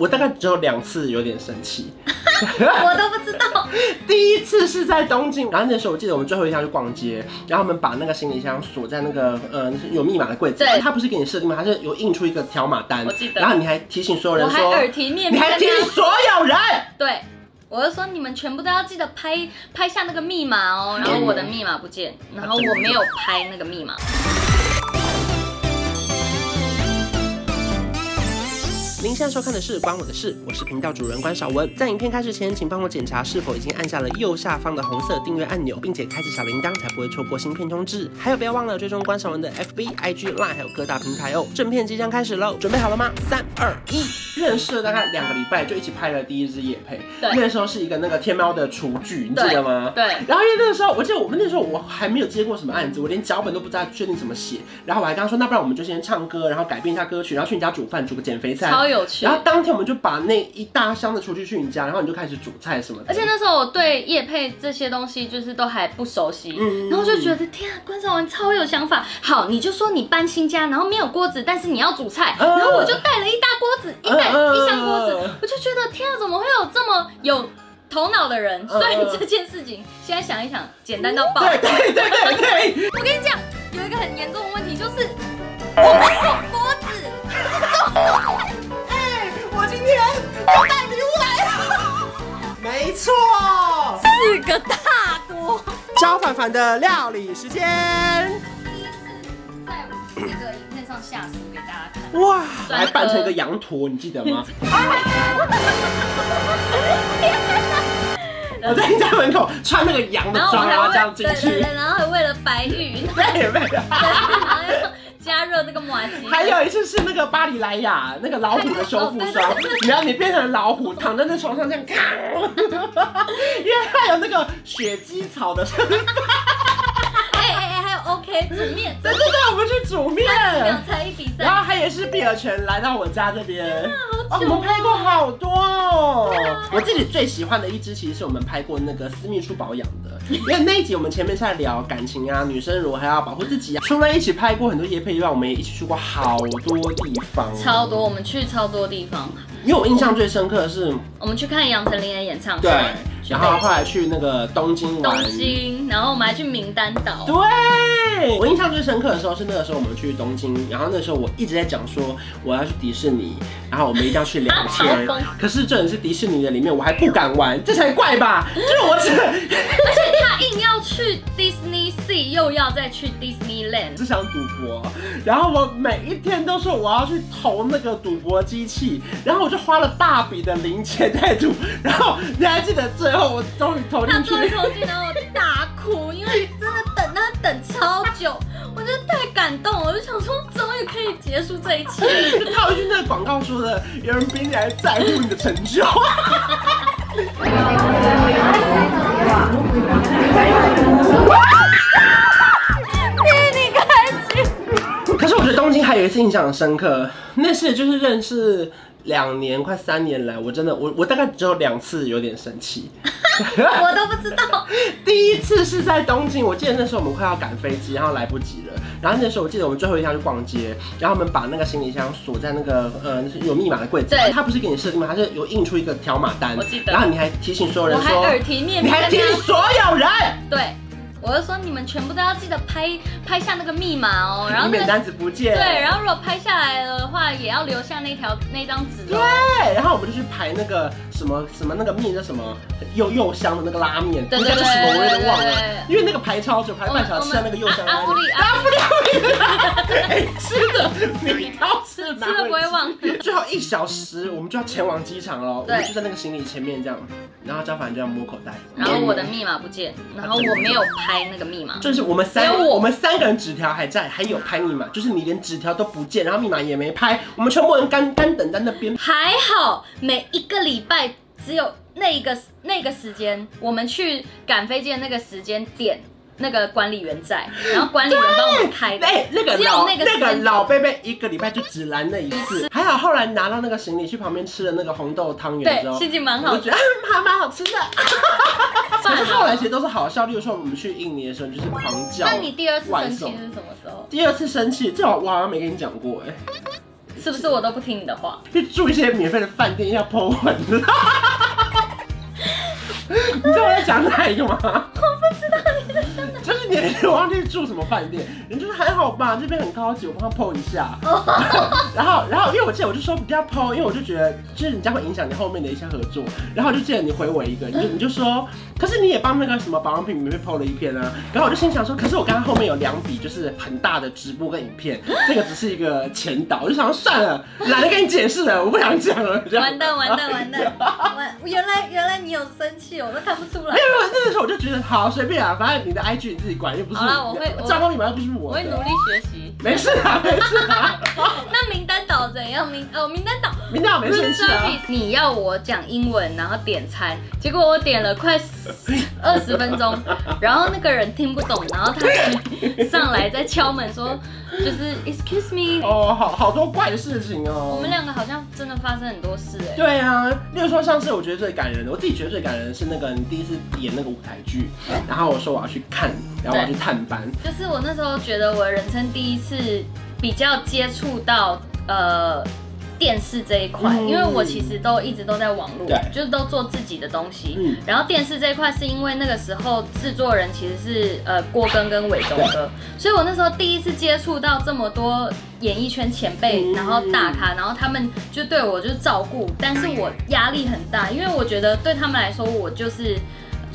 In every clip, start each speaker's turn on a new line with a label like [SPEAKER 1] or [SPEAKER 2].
[SPEAKER 1] 我大概只有两次有点生气，
[SPEAKER 2] 我都不知道。
[SPEAKER 1] 第一次是在东京，然后那时候我记得我们最后一天去逛街，然后我们把那个行李箱锁在那个呃有密码的柜子，
[SPEAKER 2] 对
[SPEAKER 1] 它不是给你设定吗？它是有印出一个条码单，
[SPEAKER 2] 我记得
[SPEAKER 1] 然后你还提醒所有人
[SPEAKER 2] 我还
[SPEAKER 1] 说，
[SPEAKER 2] 耳提面
[SPEAKER 1] 你
[SPEAKER 2] 命
[SPEAKER 1] 还
[SPEAKER 2] 跟
[SPEAKER 1] 提
[SPEAKER 2] 他
[SPEAKER 1] 醒所有人，
[SPEAKER 2] 对，我就说你们全部都要记得拍拍下那个密码哦。
[SPEAKER 1] 嗯
[SPEAKER 2] 然后我的密码不见，然后我没有拍那个密码。
[SPEAKER 1] 您现在收看的是《关我的事》，我是频道主人关少文。在影片开始前，请帮我检查是否已经按下了右下方的红色订阅按钮，并且开启小铃铛，才不会错过新片通知。还有，不要忘了追踪关少文的 FB、IG、Line，还有各大平台哦。正片即将开始喽，准备好了吗？三、二、一。认识了大概两个礼拜，就一起拍了第一支夜配。
[SPEAKER 2] 对
[SPEAKER 1] 那时候是一个那个天猫的厨具，你记得吗？
[SPEAKER 2] 对，
[SPEAKER 1] 然后因为那个时候，我记得我们那时候我还没有接过什么案子，我连脚本都不知道确定怎么写。然后我还跟他说，那不然我们就先唱歌，然后改变一下歌曲，然后去你家煮饭，煮个减肥菜。
[SPEAKER 2] 超有趣
[SPEAKER 1] 然。后当天我们就把那一大箱的厨具去你家，然后你就开始煮菜什么的。
[SPEAKER 2] 而且那时候我对叶配这些东西就是都还不熟悉，
[SPEAKER 1] 嗯
[SPEAKER 2] 然后就觉得天啊，关少文超有想法。好，你就说你搬新家，然后没有锅子，但是你要煮菜，
[SPEAKER 1] 嗯
[SPEAKER 2] 然后我就带了一大锅子，一
[SPEAKER 1] 嗯
[SPEAKER 2] 袋一箱锅子
[SPEAKER 1] 嗯，
[SPEAKER 2] 我就觉得天啊，怎么会有这么有头脑的人？
[SPEAKER 1] 嗯
[SPEAKER 2] 所以这件事情现在想一想，简单到爆。
[SPEAKER 1] 对对对对 对，
[SPEAKER 2] 我跟你讲，有一个很严重的问题就是我没有锅子。哎，我今天又带礼物来 了，
[SPEAKER 1] 没错。
[SPEAKER 2] 四个大锅。
[SPEAKER 1] 焦凡凡的料理时间，
[SPEAKER 2] 第一次在那个影片上下厨给大家看。
[SPEAKER 1] 哇，还扮成一个羊驼，你记得 吗？我在你家门口穿那个羊的
[SPEAKER 2] 然后我
[SPEAKER 1] 装，然后
[SPEAKER 2] 还
[SPEAKER 1] 这样
[SPEAKER 2] 会
[SPEAKER 1] 进
[SPEAKER 2] 对对
[SPEAKER 1] 去。
[SPEAKER 2] 对，然后还为了白玉，
[SPEAKER 1] 对对 对。
[SPEAKER 2] 然后要加热那个马吉，
[SPEAKER 1] 还有一次是那个巴黎莱雅那个老虎的修复
[SPEAKER 2] 哦
[SPEAKER 1] 霜
[SPEAKER 2] 对对，
[SPEAKER 1] 然后你变成老虎躺在那床上这样，咔因为它有那个雪肌草的成分。
[SPEAKER 2] 哎哎哎，还有 OK 煮面，
[SPEAKER 1] 对对对，我们去煮面，
[SPEAKER 2] 两才艺比赛
[SPEAKER 1] 然，后还也是碧尔泉来到我家这边。哦
[SPEAKER 2] 好，
[SPEAKER 1] 我
[SPEAKER 2] 久
[SPEAKER 1] 们
[SPEAKER 2] 哦。
[SPEAKER 1] 拍过好多哦！我自己最喜欢的一支，其实是我们拍过那个私密处保养的，因为那一集我们前面是在聊感情啊，女生如何要保护自己啊。除了一起拍过很多夜配以外，我们也一起去过好多地方，
[SPEAKER 2] 超多，我们去超多地方，
[SPEAKER 1] 因为我印象最深刻的是，
[SPEAKER 2] 我们去看杨丞琳的演唱会，
[SPEAKER 1] 对，然后后来去那个东京玩
[SPEAKER 2] 东。京，然后我们还去名单岛，
[SPEAKER 1] 对，我印象最深刻的时候是那个时候我们去东京，然后那时候我一直在讲说我要去迪士尼，然后我们一定要去两天
[SPEAKER 2] 好疯。
[SPEAKER 1] 可是这人是迪士尼的里面，我还不敢玩，这才怪吧？就是我只
[SPEAKER 2] 而且他硬要去 Disney Sea，又要再去 Disneyland，
[SPEAKER 1] 只想赌博，然后我每一天都说我要去投那个赌博机器，然后我就花了大笔的零钱在赌，然后你还记得最后我终于投
[SPEAKER 2] 他
[SPEAKER 1] 进
[SPEAKER 2] 终于
[SPEAKER 1] 去。
[SPEAKER 2] 投进，然后我大哭，因为真的等他等超久，我真的太感动了，我就想说终于可以结束这一 切。
[SPEAKER 1] 就套一句那个广告说的，有人比你还在乎你的成就。 可是我觉得东京还有一次印象很深刻，那是就是认识两年快三年来，我真的我我大概只有两次有点生气。
[SPEAKER 2] 我都不知道，
[SPEAKER 1] 第一次是在东京，我记得那时候我们快要赶飞机，然后来不及了。然后那时候我记得我们最后一天去逛街，然后我们把那个行李箱锁在那个呃有密码的柜子，
[SPEAKER 2] 对
[SPEAKER 1] 它不是给你设定吗？它是有印出一个条码单，
[SPEAKER 2] 我记得
[SPEAKER 1] 然后你还提醒所有人
[SPEAKER 2] 我还耳
[SPEAKER 1] 说，
[SPEAKER 2] 提面
[SPEAKER 1] 你
[SPEAKER 2] 命
[SPEAKER 1] 还
[SPEAKER 2] 跟
[SPEAKER 1] 提醒
[SPEAKER 2] 他
[SPEAKER 1] 所有人，
[SPEAKER 2] 对，我就说你们全部都要记得拍拍下那个密码哦，然后
[SPEAKER 1] 你
[SPEAKER 2] 那
[SPEAKER 1] 免
[SPEAKER 2] 个
[SPEAKER 1] 单子不见，
[SPEAKER 2] 对，然后如果拍下来的话，也要留下那条那张纸
[SPEAKER 1] 对，
[SPEAKER 2] 哦。
[SPEAKER 1] 哎然后我们就去排那个什么什么那个面叫什么柚柚香的那个拉面，
[SPEAKER 2] 对
[SPEAKER 1] 那叫
[SPEAKER 2] 对
[SPEAKER 1] 做什么我有点忘
[SPEAKER 2] 对
[SPEAKER 1] 了
[SPEAKER 2] 对对，
[SPEAKER 1] 因为那个排超久，排半小时吃到那个柚香
[SPEAKER 2] 阿
[SPEAKER 1] 拉
[SPEAKER 2] 阿芙
[SPEAKER 1] 面，
[SPEAKER 2] 丽啊阿芙丽
[SPEAKER 1] 哎吃的你倒是蛮
[SPEAKER 2] 吃了不会忘。
[SPEAKER 1] 最后一小时，我们就要前往机场了。我
[SPEAKER 2] 对
[SPEAKER 1] 们就在那个行李前面这样，然后张凡就要摸口袋，
[SPEAKER 2] 然后我的密码不见，然后我没有拍那个密码，
[SPEAKER 1] 就是我们三
[SPEAKER 2] 只有
[SPEAKER 1] 我
[SPEAKER 2] 我
[SPEAKER 1] 们三个人纸条还在，还有拍密码，就是你连纸条都不见，然后密码也没拍，我们全部人干干等在那边。
[SPEAKER 2] 还好每一个礼拜只有那一个那个时间，我们去赶飞机的那个时间点。那个管理员在，然后管理员帮我们开的，
[SPEAKER 1] 哎，那个
[SPEAKER 2] 只
[SPEAKER 1] 老
[SPEAKER 2] 有那个
[SPEAKER 1] 那
[SPEAKER 2] 时
[SPEAKER 1] 个
[SPEAKER 2] 间
[SPEAKER 1] 老贝贝一个礼拜就只来那一 次，还好后来拿到那个行李去旁边吃了那个红豆汤圆之后
[SPEAKER 2] 对，，心情蛮好
[SPEAKER 1] 我
[SPEAKER 2] 的。
[SPEAKER 1] 觉得嗯还蛮好 吃的。可
[SPEAKER 2] 算
[SPEAKER 1] 是
[SPEAKER 2] 了
[SPEAKER 1] 后来其实都是好笑，例如说我们去印尼的时候，你就是狂叫。
[SPEAKER 2] 那你第二次
[SPEAKER 1] 外
[SPEAKER 2] 生气
[SPEAKER 1] 送
[SPEAKER 2] 是什么时候？
[SPEAKER 1] 第二次生气，这我我好像没跟你讲过哎、
[SPEAKER 2] 是不是我都不听你的话？
[SPEAKER 1] 去住一些免费的饭店要破文？你知道我在讲哪一个吗？我不知道你在讲哪。就是你人忘记住什么饭店，人就是还好吧，这边很高级，我帮他 PO 一 下。然后，然后，因为我记得我就说不要 PO，因为我就觉得就是你这样会影响你后面的一些合作。然后我就记得你回我一个， 你就你就说，可是你也帮那个什么保养品免费 PO 了一篇啊。然后我就心想说，可是我刚刚后面有两笔就是很大的直播跟影 片，这个只是一个前导，我就想说算了，懒得跟你解释了，我不想讲了。这样
[SPEAKER 2] 完蛋完蛋完蛋！完，原来原来你有生气，我都看不出来
[SPEAKER 1] 没。有没有，那个时候我就觉得好随便啊，反正你的 IG 你自己管，又不是
[SPEAKER 2] 好啦我会我
[SPEAKER 1] 账号密码又不是
[SPEAKER 2] 我
[SPEAKER 1] 我
[SPEAKER 2] 会努
[SPEAKER 1] 的，
[SPEAKER 2] 力学习。
[SPEAKER 1] 没事啊，没事啊，
[SPEAKER 2] 那名单导怎样？名哦，名单导
[SPEAKER 1] 明天我没生气啊。
[SPEAKER 2] 你要我讲英文，然后点餐，结果我点了快二十分 钟，然后那个人听不懂，然后他上来再敲门说，就是 Excuse me，
[SPEAKER 1] 哦，好好多怪事情
[SPEAKER 2] 我
[SPEAKER 1] 哦
[SPEAKER 2] 们。两个好像真的发生很多事哎、
[SPEAKER 1] 对啊，例如说上次我觉得最感人的，我自己觉得最感人的是那个你第一次演那个舞台剧，然后我说我要去看，然后我要去探班，
[SPEAKER 2] 就是我那时候觉得我人生第一次比较接触到呃电视这一块，
[SPEAKER 1] 嗯
[SPEAKER 2] 因为我其实都一直都在网络
[SPEAKER 1] 对，
[SPEAKER 2] 就是都做自己的东西。
[SPEAKER 1] 嗯
[SPEAKER 2] 然后电视这一块是因为那个时候制作人其实是呃郭庚跟伟忠哥，所以我那时候第一次接触到这么多演艺圈前辈，
[SPEAKER 1] 嗯
[SPEAKER 2] 然后大咖，然后他们就对我就是照顾，但
[SPEAKER 1] 嗯
[SPEAKER 2] 是我压力很大，因为我觉得对他们来说我就是。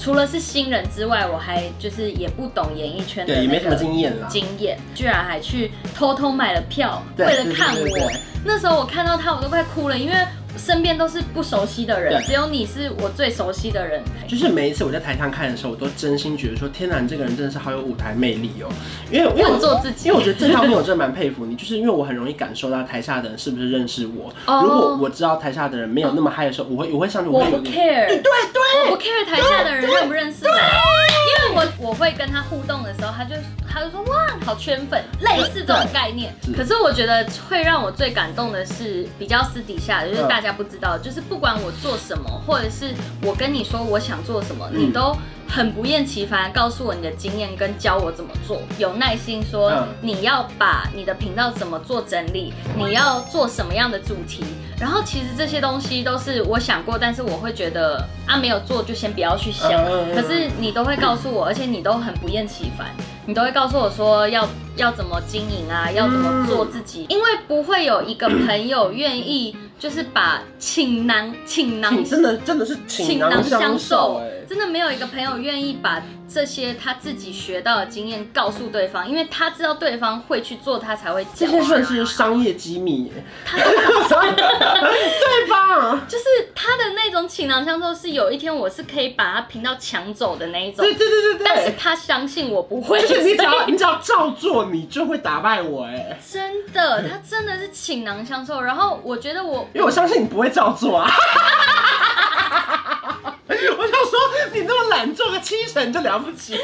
[SPEAKER 2] 除了是新人之外，我还就是也不懂演艺圈的、那
[SPEAKER 1] 对，也没什么
[SPEAKER 2] 个
[SPEAKER 1] 经验啦。
[SPEAKER 2] 经验，居然还去偷偷买了票，
[SPEAKER 1] 对
[SPEAKER 2] 为了看
[SPEAKER 1] 对对对
[SPEAKER 2] 我
[SPEAKER 1] 对。
[SPEAKER 2] 那时候我看到他，我都快哭了，因为身边都是不熟悉的人，
[SPEAKER 1] 对
[SPEAKER 2] 只有你是我最熟悉的人。
[SPEAKER 1] 就是每一次我在台上看的时候，我都真心觉得说，天哪，你这个人真的是好有舞台魅力哦、因为因为
[SPEAKER 2] 很做自己
[SPEAKER 1] 因为我觉得这方面我真的蛮佩服你，就是因为我很容易感受到台下的人是不是认识我。
[SPEAKER 2] 哦
[SPEAKER 1] 如果我知道台下的人没有那么嗨的时候，我会我会上去，
[SPEAKER 2] 我
[SPEAKER 1] 会
[SPEAKER 2] 不
[SPEAKER 1] 有点
[SPEAKER 2] care，
[SPEAKER 1] 对对
[SPEAKER 2] 我不 care 台下的人认不认识我，因为我我会跟他互动的时候，他就他就说哇好圈粉，类似这种概念
[SPEAKER 1] 对。是
[SPEAKER 2] 可是我觉得会让我最感动的是比较私底下的，就是
[SPEAKER 1] 嗯
[SPEAKER 2] 大家不知道，就是不管我做什么，或者是我跟你说我想做什么，
[SPEAKER 1] 嗯
[SPEAKER 2] 你都。很不厌其烦地告诉我你的经验跟教我怎么做，有耐心说
[SPEAKER 1] 嗯
[SPEAKER 2] 你要把你的频道怎么做整理，你要做什么样的主题，然后其实这些东西都是我想过，但是我会觉得啊没有做就先不要去想，
[SPEAKER 1] 嗯嗯嗯
[SPEAKER 2] 可是你都会告诉我，而且你都很不厌其烦，你都会告诉我说要要怎么经营
[SPEAKER 1] 嗯
[SPEAKER 2] 啊，要怎么做自己，因为不会有一个朋友愿意就是把倾囊倾囊
[SPEAKER 1] 你真的真的是倾囊相授哎、
[SPEAKER 2] 真的没有一个朋友愿意把这些他自己学到的经验告诉对方，因为他知道对方会去做，他才会啊
[SPEAKER 1] 这
[SPEAKER 2] 讲。
[SPEAKER 1] 些算是商业机密、欸， 对吧？
[SPEAKER 2] 就是他的那种倾囊相授，是有一天我是可以把他频道抢走的那一种
[SPEAKER 1] 对，对对对
[SPEAKER 2] 但是
[SPEAKER 1] 对，
[SPEAKER 2] 他相信我不会。
[SPEAKER 1] 就是你只要你只要照做，你就会打败我哎、
[SPEAKER 2] 真的，他真的是倾囊相授。然后我觉得我
[SPEAKER 1] 因为我相信你不会照做啊。 我想说，你那么懒，做个七成就了不起了。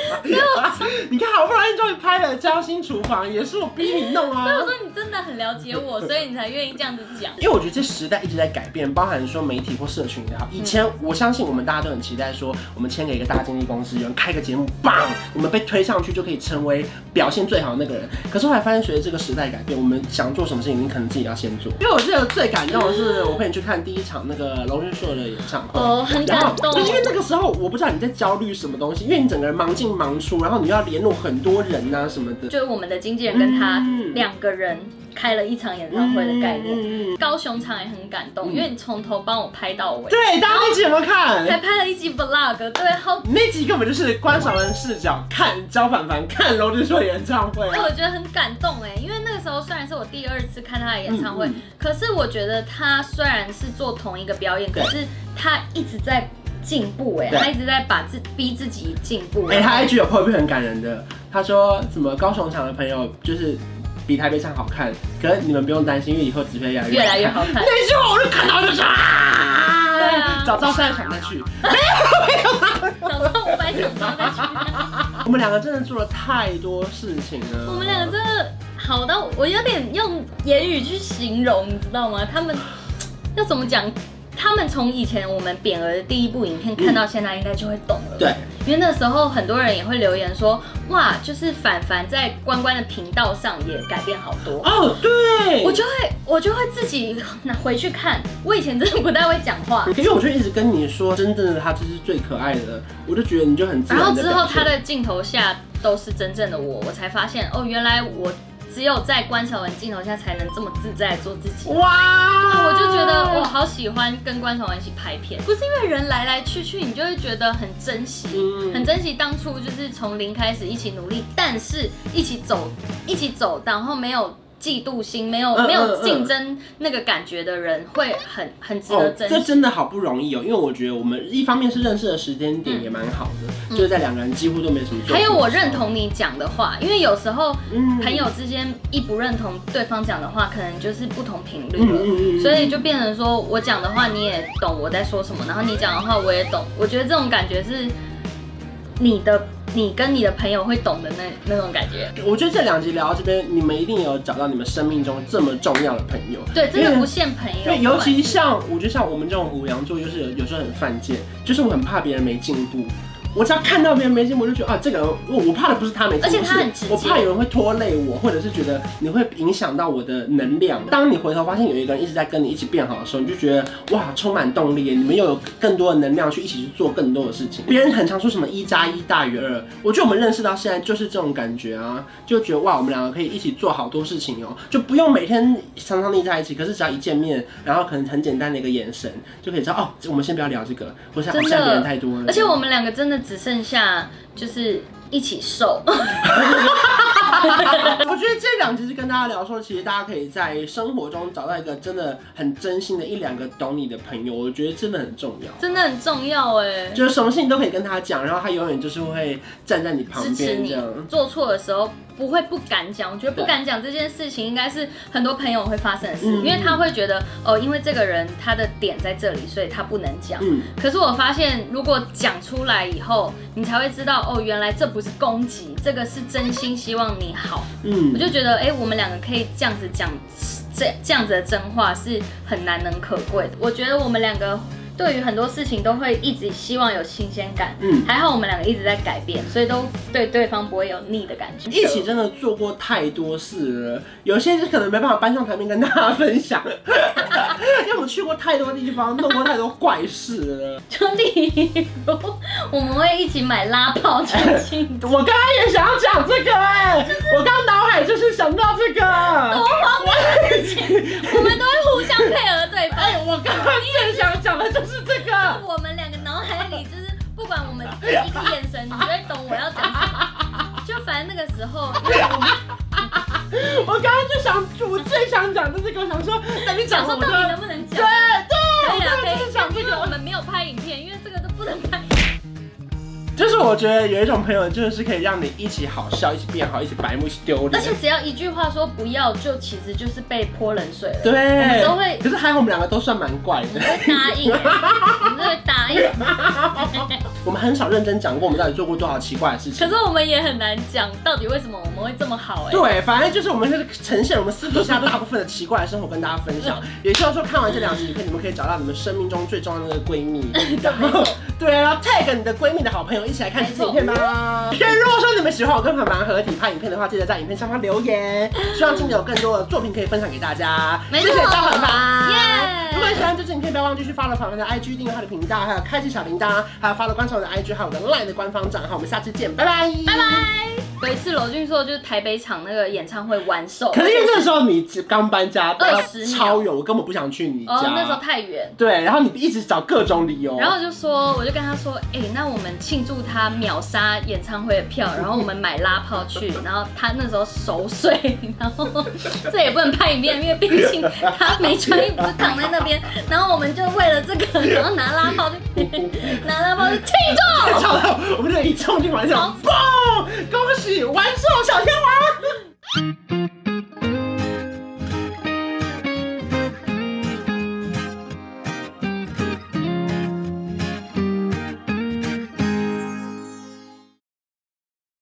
[SPEAKER 1] 你看，好不容易终于拍了《交心厨房》，也是我逼你弄
[SPEAKER 2] 我
[SPEAKER 1] 啊。
[SPEAKER 2] 说你真的很了解我，所以你才愿意这样子讲。
[SPEAKER 1] 因为我觉得这时代一直在改变，包含说媒体或社群也好。以前我相信我们大家都很期待说，我们签给一个大经纪公司，有人开个节目，棒，我们被推上去就可以成为表现最好的那个人。可是后来发现，随着这个时代改变，我们想做什么事情，你可能自己要先做。因为我记得最感动的是，我陪你去看第一场那个龙俊硕的演唱会。
[SPEAKER 2] 哦，很
[SPEAKER 1] 然后
[SPEAKER 2] 感动。
[SPEAKER 1] 因为那个时候我不知道你在焦虑什么东西，因为你整个人忙进忙出，然后你又要联络很多人啊什么的，
[SPEAKER 2] 就是我们的经纪人跟他
[SPEAKER 1] 嗯
[SPEAKER 2] 两个人开了一场演唱会的概
[SPEAKER 1] 嗯
[SPEAKER 2] 念。
[SPEAKER 1] 嗯嗯
[SPEAKER 2] 高雄场也很感动，
[SPEAKER 1] 嗯
[SPEAKER 2] 因为你从头帮我拍到尾，
[SPEAKER 1] 对，大家那集有没有
[SPEAKER 2] 还
[SPEAKER 1] 看？
[SPEAKER 2] 拍了一集 vlog，对，好，
[SPEAKER 1] 那集根本就是观赏人视角，看焦凡凡看罗志硕演唱会
[SPEAKER 2] 那
[SPEAKER 1] 啊。
[SPEAKER 2] 我觉得很感动哎，因为那个时候虽然是我第二次看他的演唱会，
[SPEAKER 1] 嗯嗯
[SPEAKER 2] 可是我觉得他虽然是做同一个表演，可
[SPEAKER 1] 对
[SPEAKER 2] 是他一直在进步哎，
[SPEAKER 1] 对
[SPEAKER 2] 他一直在把自逼自己进步。欸
[SPEAKER 1] 哎、他 IG 有 po 一篇很感人的，他说什么高雄场的朋友就是比台北场好看，可是你们不用担心，因为以后只会越来越
[SPEAKER 2] 越来越
[SPEAKER 1] 好看。
[SPEAKER 2] 好看。
[SPEAKER 1] 那句话我就看到就是啊，
[SPEAKER 2] 对啊
[SPEAKER 1] 找赵善想再去。
[SPEAKER 2] 早上五百场然后再去，
[SPEAKER 1] 我们两个真的做了太多事情了。
[SPEAKER 2] 我们两个真的好到我有点用言语去形容，你知道吗？他们要怎么讲？他们从以前我们匾额的第一部影片看到现在，应该就会懂了。
[SPEAKER 1] 对，
[SPEAKER 2] 因为那时候很多人也会留言说，哇，就是凡凡在关关的频道上也改变好多。
[SPEAKER 1] 哦，对，
[SPEAKER 2] 我就会我就会自己拿回去看，我以前真的不太会讲 话，
[SPEAKER 1] 因为我就一直跟你说，真正的他就是最可爱的，我就觉得你就很自
[SPEAKER 2] 然
[SPEAKER 1] 然地
[SPEAKER 2] 后之后
[SPEAKER 1] 表现
[SPEAKER 2] 他的镜头下都是真正的我，我才发现哦，原来我只有在关晓雯镜头下才能这么自在做自己。
[SPEAKER 1] 哇，
[SPEAKER 2] 我就觉得我好喜欢跟关晓雯一起拍片，不是因为人来来去去，你就会觉得很珍惜，
[SPEAKER 1] 嗯
[SPEAKER 2] 很珍惜当初就是从零开始一起努力，但是一起走，一起走，然后没有。嫉妒心没有
[SPEAKER 1] 嗯
[SPEAKER 2] 没有
[SPEAKER 1] 嗯嗯
[SPEAKER 2] 竞争那个感觉的人，会很很值得
[SPEAKER 1] 哦，
[SPEAKER 2] 珍
[SPEAKER 1] 这
[SPEAKER 2] 惜。
[SPEAKER 1] 真的好不容易哦，因为我觉得我们一方面是认识的时间点也蛮好的，就是在两个人几乎都没什么。
[SPEAKER 2] 嗯还有我认，同你讲的话，因为有时候
[SPEAKER 1] 嗯
[SPEAKER 2] 朋友之间一不认同对方讲的话，可能就是不同频率
[SPEAKER 1] 嗯嗯嗯嗯
[SPEAKER 2] 了，所以就变成说我讲的话你也懂我在说什么，然后你讲的话我也懂。我觉得这种感觉是你的，你跟你的朋友会懂的那那种感觉。
[SPEAKER 1] 我觉得这两集聊到这边，你们一定有找到你们生命中这么重要的朋友。
[SPEAKER 2] 对，真
[SPEAKER 1] 因
[SPEAKER 2] 的
[SPEAKER 1] 为
[SPEAKER 2] 不限朋友
[SPEAKER 1] 因为
[SPEAKER 2] 关系，
[SPEAKER 1] 尤其像我觉得像我们这种虎羊座，就是有有时候很犯贱，就是我很怕别人没进步。我只要看到别人没进步，我就觉得啊，这个人我我怕的不是他没进步，
[SPEAKER 2] 而且他
[SPEAKER 1] 是
[SPEAKER 2] 很直接
[SPEAKER 1] 我怕有人会拖累我，或者是觉得你会影响到我的能量。当你回头发现有一个人一直在跟你一起变好的时候，你就觉得哇，充满动力，你们又有更多的能量去一起去做更多的事情。别人很常说什么一加一大于二，我觉得我们认识到现在就是这种感觉啊，就觉得哇，我们两个可以一起做好多事情哦，就不用每天常常腻在一起，可是只要一见面，然后可能很简单的一个眼神就可以知道哦，我们先不要聊这个，我想我
[SPEAKER 2] 真
[SPEAKER 1] 现在别人
[SPEAKER 2] 的
[SPEAKER 1] 太多了。
[SPEAKER 2] 而且我们两个真的只剩下就是一起 瘦，
[SPEAKER 1] 我觉得这两集是跟大家聊说，其实大家可以在生活中找到一个真的很真心的一两个懂你的朋友，我觉得真的很重要。
[SPEAKER 2] 真的很重要哎。
[SPEAKER 1] 就是什么事情都可以跟他讲，然后他永远就是会站在你旁
[SPEAKER 2] 支持
[SPEAKER 1] 边这
[SPEAKER 2] 你
[SPEAKER 1] 样。
[SPEAKER 2] 做错的时候不会不敢讲，我觉得不敢讲这件事情应该是很多朋友会发生的事，
[SPEAKER 1] 嗯
[SPEAKER 2] 因为他会觉得哦，因为这个人他的点在这里，所以他不能讲。
[SPEAKER 1] 嗯，
[SPEAKER 2] 可是我发现，如果讲出来以后，你才会知道哦，原来这不是攻击，这个是真心希望你好。我
[SPEAKER 1] 嗯，
[SPEAKER 2] 就觉得，哎、我们两个可以这样子讲这这样子的真话是很难能可贵的。我觉得我们两个对于很多事情都会一直希望有新鲜感，
[SPEAKER 1] 嗯
[SPEAKER 2] 还好我们两个一直在改变，所以都对对方不会有腻的感觉。
[SPEAKER 1] 一起真的做过太多事了，有些是可能没办法搬上台面跟大家分享， 因为我们去过太多地方，弄过太多怪事了。
[SPEAKER 2] 就例如我们会一起买拉炮战镜
[SPEAKER 1] 我刚刚也想要讲这个哎、我刚脑海就是想到这个。
[SPEAKER 2] 我们都会互相配合对方。
[SPEAKER 1] 哎，我刚刚最想讲的就是这个。
[SPEAKER 2] 我们两个脑海里就是，不管我们一个眼神，你就会懂我要讲什么。就反正那个时候，因为我们
[SPEAKER 1] 我刚刚就想，我最想讲的这个，我想说，等你讲
[SPEAKER 2] 想说
[SPEAKER 1] 我
[SPEAKER 2] 到底能
[SPEAKER 1] 就。
[SPEAKER 2] 不能
[SPEAKER 1] 对对，
[SPEAKER 2] 讲？对
[SPEAKER 1] 我刚，
[SPEAKER 2] 啊可
[SPEAKER 1] 刚就
[SPEAKER 2] 以
[SPEAKER 1] 是想这
[SPEAKER 2] 因为我
[SPEAKER 1] 个，
[SPEAKER 2] 们没有拍影片，因为这个都不能拍。
[SPEAKER 1] 就是我觉得有一种朋友，就是可以让你一起好笑，一起变好，一起白目，一起丢
[SPEAKER 2] 而
[SPEAKER 1] 脸
[SPEAKER 2] 且。只要一句话说不要，就其实就是被泼冷水了。
[SPEAKER 1] 对，
[SPEAKER 2] 们都会
[SPEAKER 1] 可是还好我们两个都算蛮怪
[SPEAKER 2] 你
[SPEAKER 1] 的，
[SPEAKER 2] 会答应、欸，你会答应。
[SPEAKER 1] 我们很少认真讲过我们到底做过多少奇怪的事
[SPEAKER 2] 可
[SPEAKER 1] 情。
[SPEAKER 2] 是我们也很难讲到底为什么我们会这么好哎、
[SPEAKER 1] 对，反正就是我们就是呈现我们私底下大部分的奇怪的生 活跟大家分享，也希望说看完这两集，可以你们可以找到你们生命中最重要的那个闺 蜜，然后对啊，然后 tag 你的闺蜜的好朋友一起来看这支影片吧。对，如果说你们喜欢我跟凡凡合体拍影片的话，记得在影片下方留言，希望今年有更多的作品可以分享给大家。
[SPEAKER 2] 没
[SPEAKER 1] 谢
[SPEAKER 2] 错
[SPEAKER 1] 谢大凡凡。
[SPEAKER 2] 耶
[SPEAKER 1] 如果你喜欢这支影片，不要忘记去 follow 凡凡的 IG，订阅他的频道，还有开启小铃铛，还有 follow 观众的 IG，还有我的 LINE 的官方账号。我们下次见，拜拜，
[SPEAKER 2] 拜。拜。有一次娄俊硕就是台北场那个演唱会完售，
[SPEAKER 1] 可是因为那时候你刚搬家，
[SPEAKER 2] 20秒
[SPEAKER 1] 超远，我根本不想去你家。
[SPEAKER 2] 哦那时候太远，
[SPEAKER 1] 对，然后你一直找各种理由，
[SPEAKER 2] 然后就说，我就跟他说，哎、那我们庆祝他秒杀演唱会的 票，然后我们买拉炮去，然后他那时候熟睡， 然后这也不能拍影片，因为毕竟他没穿衣服就躺在那边，然后我们就为了这 个，然后拿拉炮去拿拉炮去庆祝。
[SPEAKER 1] 超到我们就一冲进完场，
[SPEAKER 2] 超
[SPEAKER 1] 嘣！恭喜完售小天